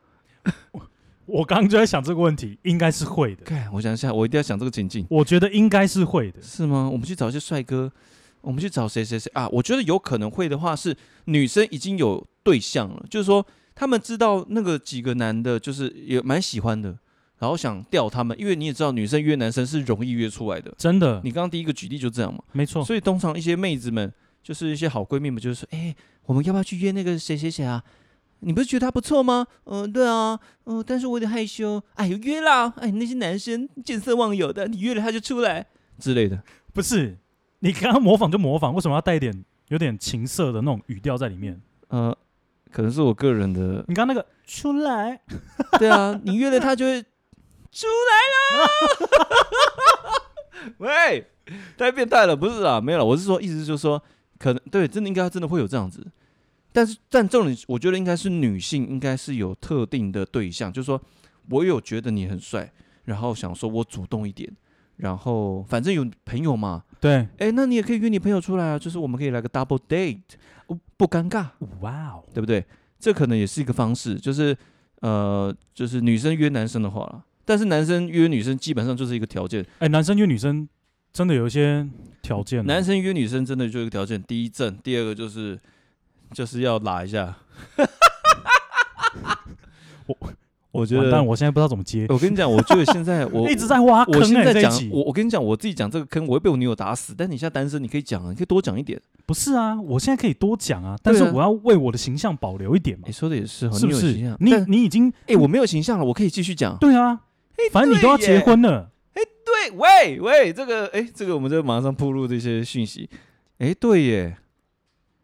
[SPEAKER 2] 我刚刚就在想这个问题，应该是会的，
[SPEAKER 1] 看，我想一下，我一定要想这个情境，
[SPEAKER 2] 我觉得应该是会的。
[SPEAKER 1] 是吗？我们去找一些帅哥，我们去找谁谁谁啊？我觉得有可能会的话，是女生已经有对象了，就是说他们知道那个几个男的，就是也蛮喜欢的，然后想钓他们，因为你也知道，女生约男生是容易约出来的。
[SPEAKER 2] 真的，
[SPEAKER 1] 你刚刚第一个举例就这样嘛，
[SPEAKER 2] 没嗯错，
[SPEAKER 1] 所以通常一些妹子们，就是一些好闺蜜们，就是说，哎、我们要不要去约那个谁谁谁啊？你不是觉得他不错吗？嗯、对啊，嗯、但是我有点害羞。哎呦，约啦！哎，那些男生见色忘友的，你约了他就出来之类的。
[SPEAKER 2] 不是你刚刚模仿就模仿，为什么要带一点有点情色的那种语调在里面？
[SPEAKER 1] 呃，可能是我个人的
[SPEAKER 2] 你刚刚那个出来，
[SPEAKER 1] 对啊，你约了他就会出来啦。 喂，太变态了，不是啊，没有了，我是说，意思就是说，可能对，真的应该真的会有这样子，但是但重点，我觉得应该是女性应该是有特定的对象，就是说我有觉得你很帅，然后想说我主动一点，然后反正有朋友嘛，
[SPEAKER 2] 对，
[SPEAKER 1] 哎，那你也可以约你朋友出来啊，就是我们可以来个 double date，不哦尴尬。
[SPEAKER 2] 哇哦，
[SPEAKER 1] 对不对？这可能也是一个方式，就是呃，就是女生约男生的话啦，但是男生约女生基本上就是一个条件，
[SPEAKER 2] 哎，男生约女生真的有一些条件哦，
[SPEAKER 1] 男生约女生真的就一个条件，第一正，第二个就是就是要拉一下。我觉
[SPEAKER 2] 完
[SPEAKER 1] 得
[SPEAKER 2] 蛋，，我现在不知道怎么接，
[SPEAKER 1] 我跟你讲，我觉得现在 我
[SPEAKER 2] 一直在挖坑
[SPEAKER 1] 我现
[SPEAKER 2] 哎，
[SPEAKER 1] 在
[SPEAKER 2] 这一
[SPEAKER 1] 讲，
[SPEAKER 2] 集
[SPEAKER 1] 我我跟你讲，我自己讲这个坑，我会被我女友打死。但你现在单身，你可以讲，啊，你可以多讲一点。
[SPEAKER 2] 不是啊，我现在可以多讲啊，但是
[SPEAKER 1] 对啊
[SPEAKER 2] 我要为我的形象保留一点嘛
[SPEAKER 1] 你、，说的也是哦，
[SPEAKER 2] 是不
[SPEAKER 1] 你
[SPEAKER 2] 是
[SPEAKER 1] 有？
[SPEAKER 2] 你
[SPEAKER 1] 形象，
[SPEAKER 2] 你已经
[SPEAKER 1] 哎，我没有形象了，我可以继续讲。
[SPEAKER 2] 对啊，反正你都要
[SPEAKER 1] 哎对耶
[SPEAKER 2] 结婚了，
[SPEAKER 1] 对，喂喂，这个哎，这个我们就马上铺入这些讯息。哎，对耶，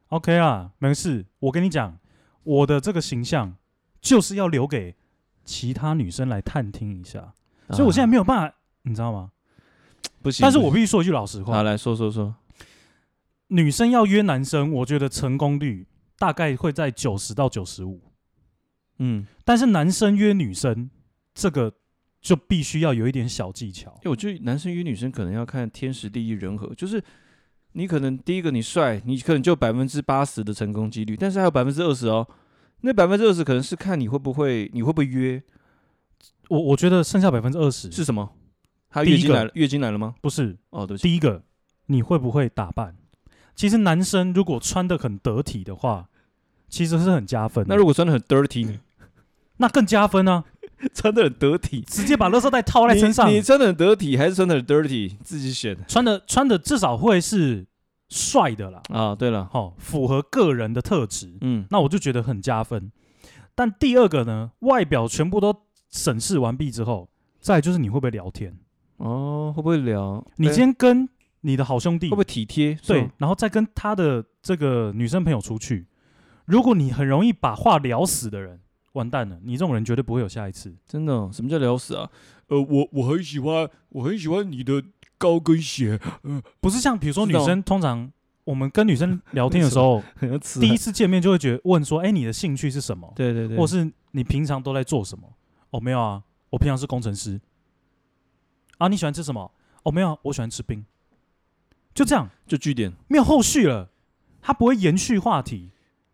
[SPEAKER 2] OK 啊，没事。我跟你讲，我的这个形象就是要留给其他女生来探听一下，
[SPEAKER 1] 啊
[SPEAKER 2] 所以我现在没有办法，你知道吗？
[SPEAKER 1] 在不行。
[SPEAKER 2] 但是我必须说一句老实
[SPEAKER 1] 好
[SPEAKER 2] 话，
[SPEAKER 1] 来说说说，
[SPEAKER 2] 女生要约男生，我觉得成功率大概会在九十到九十五，
[SPEAKER 1] 嗯，
[SPEAKER 2] 但是男生约女生，这个就必须要有一点小技巧
[SPEAKER 1] 哎，。我觉得男生与女生可能要看天时地利人和，就是你可能第一个你帅，你可能就百分之八十的成功几率，但是还有百分之二十哦。那百分之二十可能是看你会不会，你会不会约
[SPEAKER 2] 我我觉得剩下百分之二十
[SPEAKER 1] 是什么？他
[SPEAKER 2] 第
[SPEAKER 1] 月
[SPEAKER 2] 一
[SPEAKER 1] 经
[SPEAKER 2] 个
[SPEAKER 1] 来了，月经来了吗？
[SPEAKER 2] 不是
[SPEAKER 1] 哦，对不起，
[SPEAKER 2] 第一个，你会不会打扮？其实男生如果穿的很得体的话，其实是很加分的。
[SPEAKER 1] 那如果穿的很 dirty 呢？
[SPEAKER 2] 那更加分啊！
[SPEAKER 1] 穿的很得体，
[SPEAKER 2] 直接把垃圾袋套在身上
[SPEAKER 1] 你，你穿的很得体还是穿的很 dirty，自己选的
[SPEAKER 2] 穿的穿的至少会是帅的啦，
[SPEAKER 1] 啊。对了，
[SPEAKER 2] 好、符合个人的特质，
[SPEAKER 1] 嗯，
[SPEAKER 2] 那我就觉得很加分。但第二个呢，外表全部都审视完毕之后，再来就是你会不会聊天？
[SPEAKER 1] 哦，会不会聊？
[SPEAKER 2] 你
[SPEAKER 1] 哎
[SPEAKER 2] 今天跟你的好兄弟
[SPEAKER 1] 会不会体贴？是
[SPEAKER 2] 对
[SPEAKER 1] 吗，，
[SPEAKER 2] 然后再跟他的这个女生朋友出去，如果你很容易把话聊死的人，完蛋了，你这种人绝对不会有下一次。
[SPEAKER 1] 真的哦、什么叫聊死啊？
[SPEAKER 3] 呃，我我很喜欢，我很喜欢你的高跟 鞋。
[SPEAKER 2] 不是像比如说
[SPEAKER 1] 知
[SPEAKER 2] 女
[SPEAKER 1] 道
[SPEAKER 2] 生，通常我们跟女生聊天的 时候，
[SPEAKER 1] 很要吃
[SPEAKER 2] 第一
[SPEAKER 1] 第
[SPEAKER 2] 次见面就会觉得问说，哎、你的兴趣是什么？
[SPEAKER 1] 对对对，
[SPEAKER 2] 或是你平常都在做什么？哦，没有啊，我平常是工程师。啊，你喜欢吃什么？哦，没有、啊，我喜欢吃冰。就这样，
[SPEAKER 1] 就据点。
[SPEAKER 2] 没有后续了，他不会延续话题，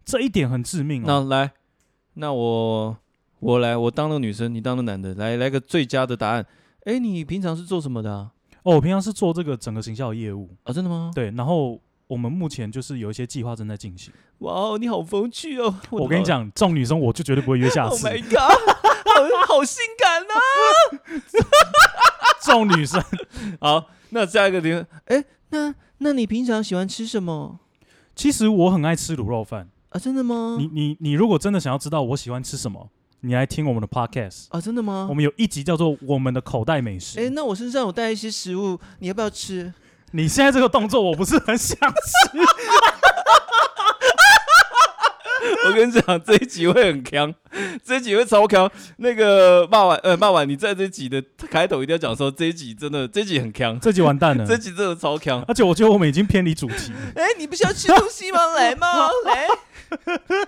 [SPEAKER 2] 这一点很致命哦。
[SPEAKER 1] 嗯那来，那我我来，我当那个女生，你当那个男的，来来个最佳的答案。哎，你平常是做什么的啊？
[SPEAKER 2] 哦，我平常是做这个整个行销的业务，
[SPEAKER 1] 啊，真的吗？，
[SPEAKER 2] 对，然后我们目前就是有一些计划正在进行。
[SPEAKER 1] 哇哦，你好风趣哦！
[SPEAKER 2] 我
[SPEAKER 1] 的
[SPEAKER 2] 跟你
[SPEAKER 1] 老
[SPEAKER 2] 讲，这种女生我就绝对不会约 下
[SPEAKER 1] ，Oh
[SPEAKER 2] 次。
[SPEAKER 1] my god，好好性感啊！
[SPEAKER 2] 这种女生，
[SPEAKER 1] 好，那下一个点，哎，那那你平常喜欢吃什么
[SPEAKER 2] 其实我很爱吃卤肉饭。
[SPEAKER 1] 啊？真的吗？
[SPEAKER 2] 你你你如果真的想要知道我喜欢吃什么，你来听我们的 podcast。
[SPEAKER 1] 啊，真的吗
[SPEAKER 2] 我？们有一集叫做《我们的口袋美食》
[SPEAKER 1] 哎，那我身上有带一些食物，你要不要吃？
[SPEAKER 2] 你现在这个动作，我不是很想吃。
[SPEAKER 1] 我跟你讲，这一集会很强， 这一集会超强。那个骂完，呃，骂完，你在这集的开头一定要讲说，这一集真的，这一集很强，
[SPEAKER 2] 这集完蛋了，
[SPEAKER 1] 这集真的超强。
[SPEAKER 2] 而且我觉得我们已经偏离主题 了。
[SPEAKER 1] 哎、你不是要吃东西吗？来 嘛，来。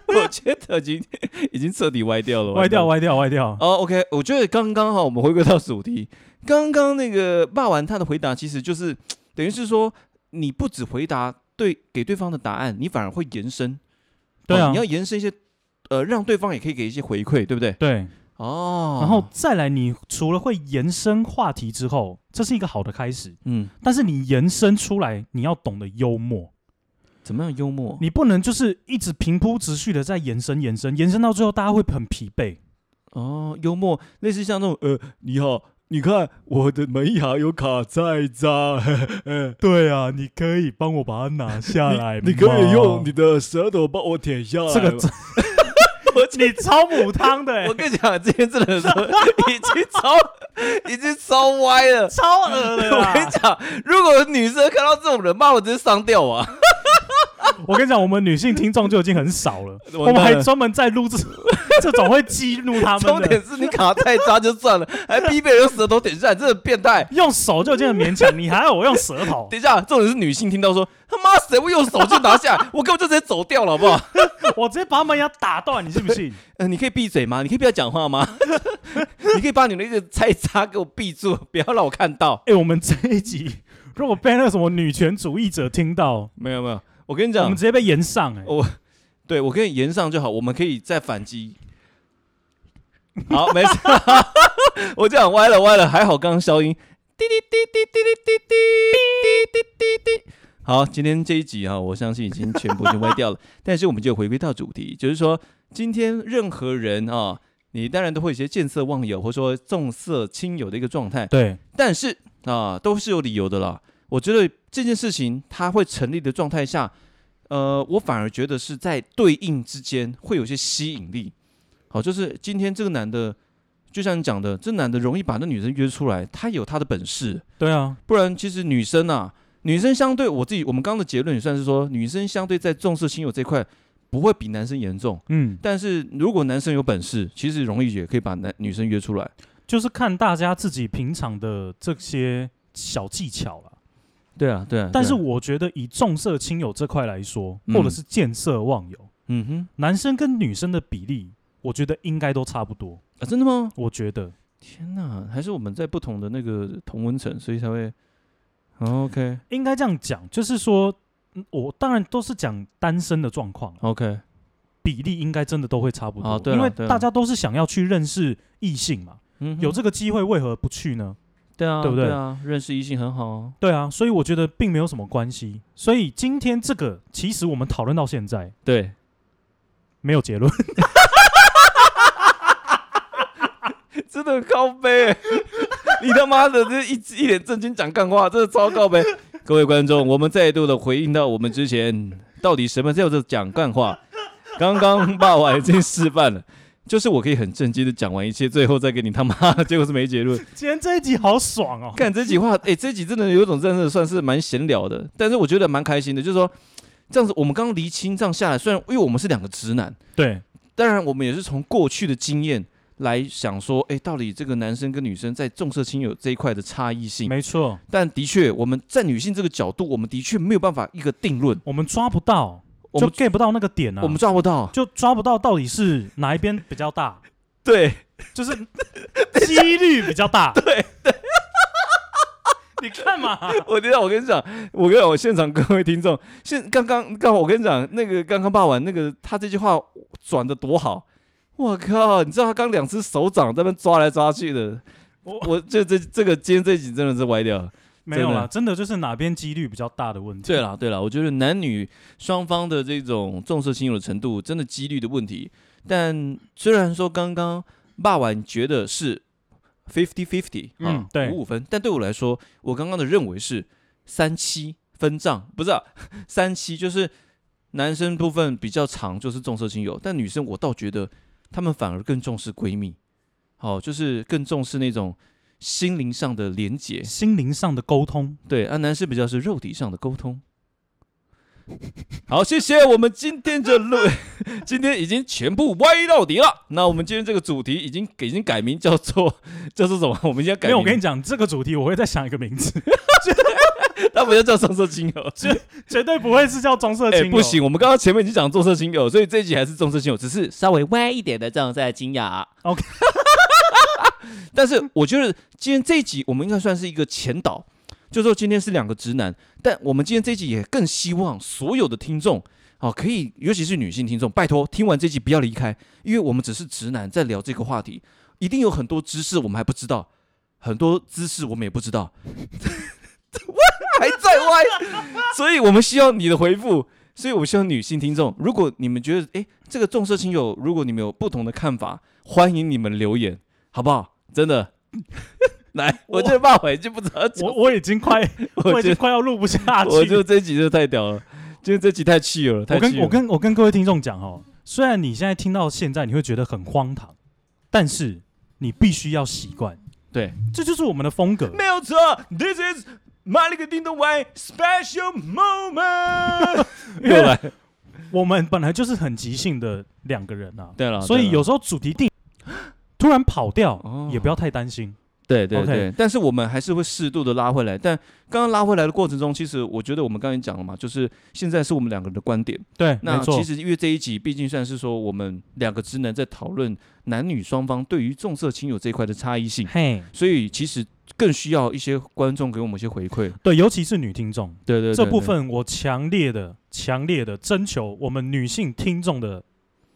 [SPEAKER 1] 我觉得已经已经彻底歪掉了，
[SPEAKER 2] 歪掉，
[SPEAKER 1] 完蛋。
[SPEAKER 2] 歪掉，歪掉。
[SPEAKER 1] 哦、o k 我觉得刚刚好，我们回归到主题。刚刚那个骂完他的回答，其实就是等于是说，你不只回答对给对方的答案，你反而会延伸。
[SPEAKER 2] 对
[SPEAKER 1] 哦
[SPEAKER 2] 啊
[SPEAKER 1] 你，要延伸一些，呃，让对方也可以给一些回馈，对不对？
[SPEAKER 2] 对。
[SPEAKER 1] 哦，
[SPEAKER 2] 然后再来，你除了会延伸话题之后，这是一个好的开始，
[SPEAKER 1] 嗯，
[SPEAKER 2] 但是你延伸出来，你要懂得幽默。
[SPEAKER 1] 怎么样幽默？
[SPEAKER 2] 你不能就是一直平铺直叙的在延伸延伸延伸到最后，大家会很疲惫。
[SPEAKER 1] 哦，幽默类似像那种
[SPEAKER 3] 呃，你好，你看我的门牙有卡在渣，
[SPEAKER 2] 哎对啊，你可以帮我把它拿下 来
[SPEAKER 3] 你可以用你的舌头帮我舔下来。
[SPEAKER 2] 这个 真，你超母汤 的、欸
[SPEAKER 1] 我跟你讲，今天真的说已经超已经超歪了。
[SPEAKER 2] 超恶的
[SPEAKER 1] 我跟你讲，如果有女生看到这种人，骂我直接上吊啊！
[SPEAKER 2] 我跟你讲，我们女性听众就已经很少了，
[SPEAKER 1] 完蛋了
[SPEAKER 2] 我们还专门在录这 这种会激怒他
[SPEAKER 1] 重
[SPEAKER 2] 们
[SPEAKER 1] 点
[SPEAKER 2] 的，
[SPEAKER 1] 是你卡太渣就算了，还逼别人用舌头点下来，真的变态。
[SPEAKER 2] 用手就已经很勉强，你还要我用 舌头？
[SPEAKER 1] 等一下，重点是女性听到说他妈谁会用手就拿下来，我根本就直接走掉了，好不好？
[SPEAKER 2] 我直接把门牙打断，你信 不信？
[SPEAKER 1] 呃，你可以闭嘴吗？你可以不要讲话吗？ 你可以把你那个菜渣给我闭住，不要让我看到。
[SPEAKER 2] 哎、我们这一集如果被那个什么女权主义者听到，
[SPEAKER 1] 没有没有，我跟你
[SPEAKER 2] 我
[SPEAKER 1] 讲
[SPEAKER 2] 们，直接被延上哎、
[SPEAKER 1] 哦对我跟你言上就好，我们可以再反击。好， 没事， 我这样歪了歪了，还好刚刚消音。滴滴滴滴滴滴滴滴滴滴滴滴。好，今天这一集啊，我相信已经全部已经歪掉了， 但是我们就回归到主题，就是说今天任何人啊，你当然都会有一些见色忘友，或者说重色轻友的一个状态，
[SPEAKER 2] 对，
[SPEAKER 1] 但是啊，都是有理由的啦。我觉得这件事情它会成立的状态下，呃，我反而觉得是在对应之间会有一些吸引力。好，就是今天这个男的，就像你讲的，这男的容易把那女生约出来，他有他的本事，
[SPEAKER 2] 对啊，
[SPEAKER 1] 不然其实女生啊，女生相对我自己我们刚刚的结论也算是说，女生相对在重色轻友这块不会比男生严重。
[SPEAKER 2] 嗯，
[SPEAKER 1] 但是如果男生有本事，其实容易也可以把男女生约出来。
[SPEAKER 2] 就是看大家自己平常的这些小技巧啦。
[SPEAKER 1] 对啊，对啊。
[SPEAKER 2] 但是
[SPEAKER 1] 对啊
[SPEAKER 2] 我觉得以重色轻友这块来说，
[SPEAKER 1] 嗯
[SPEAKER 2] 或者是见色忘友，
[SPEAKER 1] 嗯哼、
[SPEAKER 2] 男生跟女生的比例，我觉得应该都差不多。
[SPEAKER 1] 啊，真的吗？
[SPEAKER 2] 我觉得
[SPEAKER 1] 天呐，还是我们在不同的那个同温层，所以才会。哦 OK
[SPEAKER 2] 应该这样讲，就是说，嗯我当然都是讲单身的状况啦，
[SPEAKER 1] OK，
[SPEAKER 2] 比例应该真的都会差不多，
[SPEAKER 1] 哦对啦
[SPEAKER 2] 因为
[SPEAKER 1] 对啦
[SPEAKER 2] 大家都是想要去认识异性嘛，
[SPEAKER 1] 嗯哼，
[SPEAKER 2] 有这个机会为何不去呢？
[SPEAKER 1] 对啊，
[SPEAKER 2] 对不对
[SPEAKER 1] 啊，认识异性很好啊。
[SPEAKER 2] 对啊，所以我觉得并没有什么关系。所以今天这个，其实我们讨论到现在
[SPEAKER 1] 对，
[SPEAKER 2] 没有结论，
[SPEAKER 1] 真的很高杯欸， 你他妈的这一直一脸正经讲干话，真的超高杯。各位观众，我们再度的回应到我们之前到底什么叫做讲干话？刚刚霸王已经示范了，就是我可以很正经的讲完一切，最后再给你他妈， 结果是没结论。
[SPEAKER 2] 今天这一集好爽哦！
[SPEAKER 1] 干这集话，哎、这集真的有一种真的算是蛮闲聊的，但是我觉得蛮开心的，就是说这样子，我们刚刚厘清这样下来，虽然因为我们是两个直男，
[SPEAKER 2] 对，
[SPEAKER 1] 当然我们也是从过去的经验来想说，哎、到底这个男生跟女生在重色轻友这一块的差异性，
[SPEAKER 2] 没错，
[SPEAKER 1] 但的确我们在女性这个角度，我们的确没有办法一个定论，
[SPEAKER 2] 我们抓不到，
[SPEAKER 1] 我
[SPEAKER 2] 就
[SPEAKER 1] 们
[SPEAKER 2] get 不到那个点啊，
[SPEAKER 1] 我们抓不到，
[SPEAKER 2] 就抓不到到底是哪一边比较大，
[SPEAKER 1] 对，
[SPEAKER 2] 就是几率比 较大。对对，你看嘛，
[SPEAKER 1] 我知道，我跟你讲，我跟你讲，我现场各位听众，现刚刚刚我跟你讲，那个刚刚霸王那个他这句话转的多好，我靠！你知道他刚两只手掌在那边抓来抓去的，
[SPEAKER 2] 我
[SPEAKER 1] 我这这这个今天这一集真的是歪掉了。
[SPEAKER 2] 没有啦，真的就是哪边几率比较大的问题。
[SPEAKER 1] 对，了对了，我觉得男女双方的这种重色轻友的程度，真的几率的问题。但虽然说刚刚霸王觉得是 fifty fifty，啊
[SPEAKER 2] 嗯对
[SPEAKER 1] 五五分，但对我来说，我刚刚的认为是三七分账，不是、啊、 三七，就是男生部分比较长，就是重色轻友，但女生我倒觉得她们反而更重视闺蜜，好、就是更重视那种心灵上的连结，
[SPEAKER 2] 心灵上的沟通，
[SPEAKER 1] 对，啊，男士比较是肉体上的沟通。 好，谢谢我们今天的录， 今天已经全部歪到底了。那我们今天这个主题已经已经改名叫做叫做什么？我们今天改
[SPEAKER 2] 没有，我跟你
[SPEAKER 1] 名，
[SPEAKER 2] 讲，这个主题我会再想一个名字，
[SPEAKER 1] 它不要叫重色轻友。
[SPEAKER 2] 绝对不会是叫棕色
[SPEAKER 1] 哎、
[SPEAKER 2] 青、
[SPEAKER 1] 不，行，我们刚刚前面已经讲重色轻友，所以这一集还是重色轻友，只是稍微歪一点的重色轻友。
[SPEAKER 2] OK
[SPEAKER 1] 但是我觉得今天这一集我们应该算是一个前导，就说今天是两个直男，但我们今天这一集也更希望所有的听众。哦，可以，尤其是女性听众，拜托听完这集不要离开，因为我们只是直男在聊这个话题，一定有很多知识我们还不知道，很多姿势我们也不知 道，我还在歪，所以我们希望你的回复，所以我希望女性听众，如果你们觉得诶这个重色轻友，如果你们有不同的看法，欢迎你们留言，好不好？真的， 来，我这骂我已经不知道讲，
[SPEAKER 2] 我我已经快，
[SPEAKER 1] 我
[SPEAKER 2] 我
[SPEAKER 1] 觉
[SPEAKER 2] 已经
[SPEAKER 1] 得
[SPEAKER 2] 快要录不下去。
[SPEAKER 1] 我就这集就太屌了，今天这集太气了，太
[SPEAKER 2] 我
[SPEAKER 1] 气
[SPEAKER 2] 跟
[SPEAKER 1] 了。
[SPEAKER 2] 我跟我跟各位听众讲哦，虽然你现在听到现在你会觉得很荒唐，但是你必须要习惯，
[SPEAKER 1] 对，
[SPEAKER 2] 这就是我们的 风格。
[SPEAKER 1] 没有错，This is 马里克叮咚歪 Special Moment 。又来，
[SPEAKER 2] 我们本来就是很即兴的两个人啊，
[SPEAKER 1] 对了，
[SPEAKER 2] 所以有时候主题定 突然跑掉
[SPEAKER 1] 哦，
[SPEAKER 2] 也不要太担心。
[SPEAKER 1] 对对
[SPEAKER 2] OK
[SPEAKER 1] 对，但是我们还是会适度的拉回来。但刚刚拉回来的过程中，其实我觉得我们刚才讲了嘛，就是现在是我们两个人的观点。
[SPEAKER 2] 对，没
[SPEAKER 1] 那
[SPEAKER 2] 错
[SPEAKER 1] 其，实因为这一集毕竟算是说我们两个直男在讨论男女双方对于重色轻友这一块的差异性，
[SPEAKER 2] 嘿，
[SPEAKER 1] 所以其实更需要一些观众给我们一些回馈。
[SPEAKER 2] 对，尤其是女听众
[SPEAKER 1] 对对对
[SPEAKER 2] 这部
[SPEAKER 1] 对
[SPEAKER 2] 分，我强烈的、强烈的征求我们女性听众的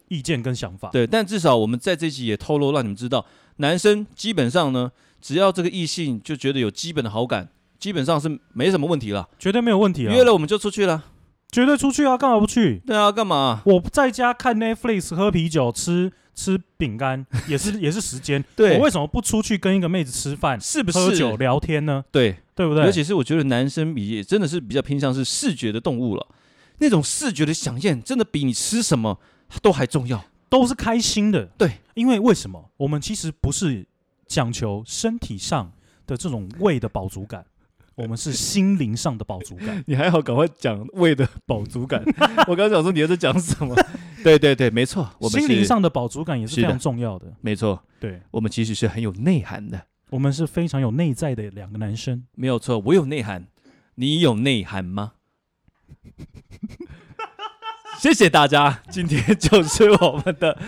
[SPEAKER 2] 意见跟想法。
[SPEAKER 1] 对，但至少我们在这集也透露，让你们知道，男生基本上呢，只要这个异性就觉得有基本的好感，基本上是没什么问题了。
[SPEAKER 2] 绝对没有问题啊
[SPEAKER 1] 约！了我们就出去了，
[SPEAKER 2] 绝对出去啊，干嘛不去？
[SPEAKER 1] 对啊，干嘛啊、
[SPEAKER 2] 我在家看 Netflix、喝啤酒、吃吃饼 干，也是也是时间。
[SPEAKER 1] 对
[SPEAKER 2] 我为什么不出去跟一个妹子吃饭、
[SPEAKER 1] 是不是？
[SPEAKER 2] 喝酒、聊天呢？
[SPEAKER 1] 对，
[SPEAKER 2] 对不对？
[SPEAKER 1] 尤其是我觉得男生比也真的是比较偏向是视觉的动物了，那种视觉的响应真的比你吃什么都还重要。
[SPEAKER 2] 都是开心的。
[SPEAKER 1] 对，
[SPEAKER 2] 因为为什么？我们其实不是讲求身体上的这种胃的饱足 感，我们是心灵上的饱足感。
[SPEAKER 3] 你还好，赶快讲胃的饱足 感。我刚想说你在讲什么？
[SPEAKER 1] 对对对，没错， 我们
[SPEAKER 2] 心灵
[SPEAKER 1] 是
[SPEAKER 2] 上的饱足感也是
[SPEAKER 1] 是
[SPEAKER 2] 非
[SPEAKER 1] 的
[SPEAKER 2] 常重要的。
[SPEAKER 1] 没错，
[SPEAKER 2] 对，
[SPEAKER 1] 我们其实是很有内涵的，
[SPEAKER 2] 我们是非常有内在的两个男生。
[SPEAKER 1] 没有错，我有内涵，你有内涵吗？谢谢大家，今天就是我们的，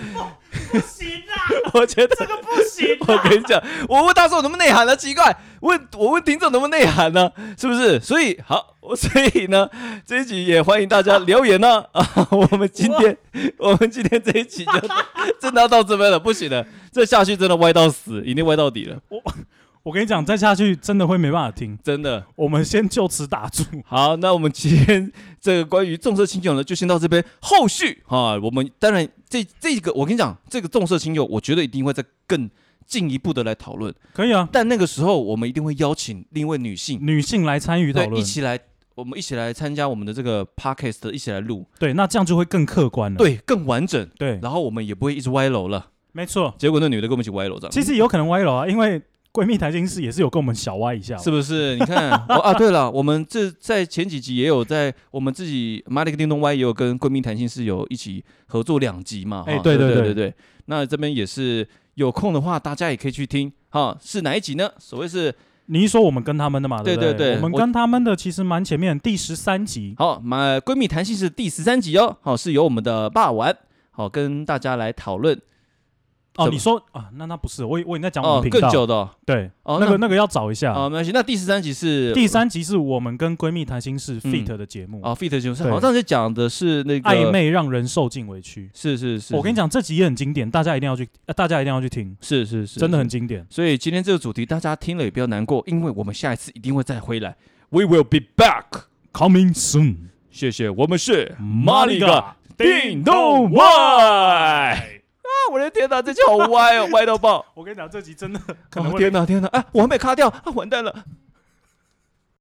[SPEAKER 2] 不行啊，
[SPEAKER 1] 我觉得。
[SPEAKER 2] 这不行啊
[SPEAKER 1] 我跟你讲，我问大众能不能内涵呢？奇怪，问我问听众能不能内涵呢？是不是？所以好，我所以呢，这一集也欢迎大家留言呢、 啊。我们今天我们今天这一集就真的要到这边了，不行了，这下去真的歪到死，一定歪到底了，
[SPEAKER 2] 我跟你讲，再下去真的会没办法听。
[SPEAKER 1] 真的。
[SPEAKER 2] 我们先就此打 住。
[SPEAKER 1] 好，那我们今天这个关于重色轻友呢，就先到这边。后续啊，我们当然这这个，我跟你讲，这个重色轻友，我觉得一定会再更进一步的来讨论。
[SPEAKER 2] 可以啊，
[SPEAKER 1] 但那个时候，我们一定会邀请另一位女性
[SPEAKER 2] 女性来参与讨
[SPEAKER 1] 对，一
[SPEAKER 2] 论。
[SPEAKER 1] 起来，我们一起来参加我们的这个 podcast，一起来录，
[SPEAKER 2] 对，那这样就会更客观了。
[SPEAKER 1] 对，更完整。
[SPEAKER 2] 对，
[SPEAKER 1] 然后我们也不会一直歪楼了。
[SPEAKER 2] 没错。
[SPEAKER 1] 结果那女的跟我们一起歪楼，这样
[SPEAKER 2] 其实有可能歪楼啊，因为闺蜜谈心事也是有跟我们小歪 一下嘛。
[SPEAKER 1] 是不是？你 看哦啊，对了，我们这在前几集也有在我们自己《妈的个叮咚歪》也有跟闺蜜谈心室有一起合作两集嘛。
[SPEAKER 2] 哎
[SPEAKER 1] 哈
[SPEAKER 2] 对
[SPEAKER 1] 对
[SPEAKER 2] 对
[SPEAKER 1] 对
[SPEAKER 2] 对
[SPEAKER 1] 对。那这边也是有空的话，大家也可以去听哈。是哪一集呢？所谓是
[SPEAKER 2] 你一说我们跟他们的嘛，
[SPEAKER 1] 对
[SPEAKER 2] 不
[SPEAKER 1] 对对
[SPEAKER 2] 我们
[SPEAKER 1] 我
[SPEAKER 2] 跟他们的其实蛮前面，第十三集。
[SPEAKER 1] 好，妈闺蜜谈心室第十三集哦。好，是由我们的霸丸好跟大家来讨论怎
[SPEAKER 2] 哦，
[SPEAKER 1] 么
[SPEAKER 2] 你说啊，那那不是，我以我已经在讲我
[SPEAKER 1] 哦，
[SPEAKER 2] 们频
[SPEAKER 1] 更
[SPEAKER 2] 道。
[SPEAKER 1] 久的哦
[SPEAKER 2] 对，
[SPEAKER 1] 哦
[SPEAKER 2] 那个那个要找一下。
[SPEAKER 1] 哦，没关系。那第十三集是
[SPEAKER 2] 第三集是我们跟闺蜜谈心事
[SPEAKER 1] 嗯
[SPEAKER 2] fit 的节目，
[SPEAKER 1] 哦，Fit 节目是
[SPEAKER 2] 对
[SPEAKER 1] 好像是讲的是那个
[SPEAKER 2] 暧，昧让人受尽委屈。
[SPEAKER 1] 是是是，
[SPEAKER 2] 我跟你
[SPEAKER 1] 讲，
[SPEAKER 2] 讲，这集也很经典，大家一定要去，呃大家一定要去听，
[SPEAKER 1] 是是是，
[SPEAKER 2] 真的很
[SPEAKER 1] 是。
[SPEAKER 2] 经典。
[SPEAKER 1] 所以今天这个主题大家听了也不要难过，因为我们下一次一定会再回来，We will be back。
[SPEAKER 2] Coming soon，
[SPEAKER 1] 谢谢，我们是
[SPEAKER 2] 玛丽
[SPEAKER 1] 哥
[SPEAKER 2] 哥，
[SPEAKER 1] 叮咚歪。啊，我的天哪，这集好歪哦，歪到爆！
[SPEAKER 2] 我跟你讲，这集真的可能
[SPEAKER 1] 哦
[SPEAKER 2] 会
[SPEAKER 1] 天哪，天哪！哎，我还没卡掉啊，完蛋了！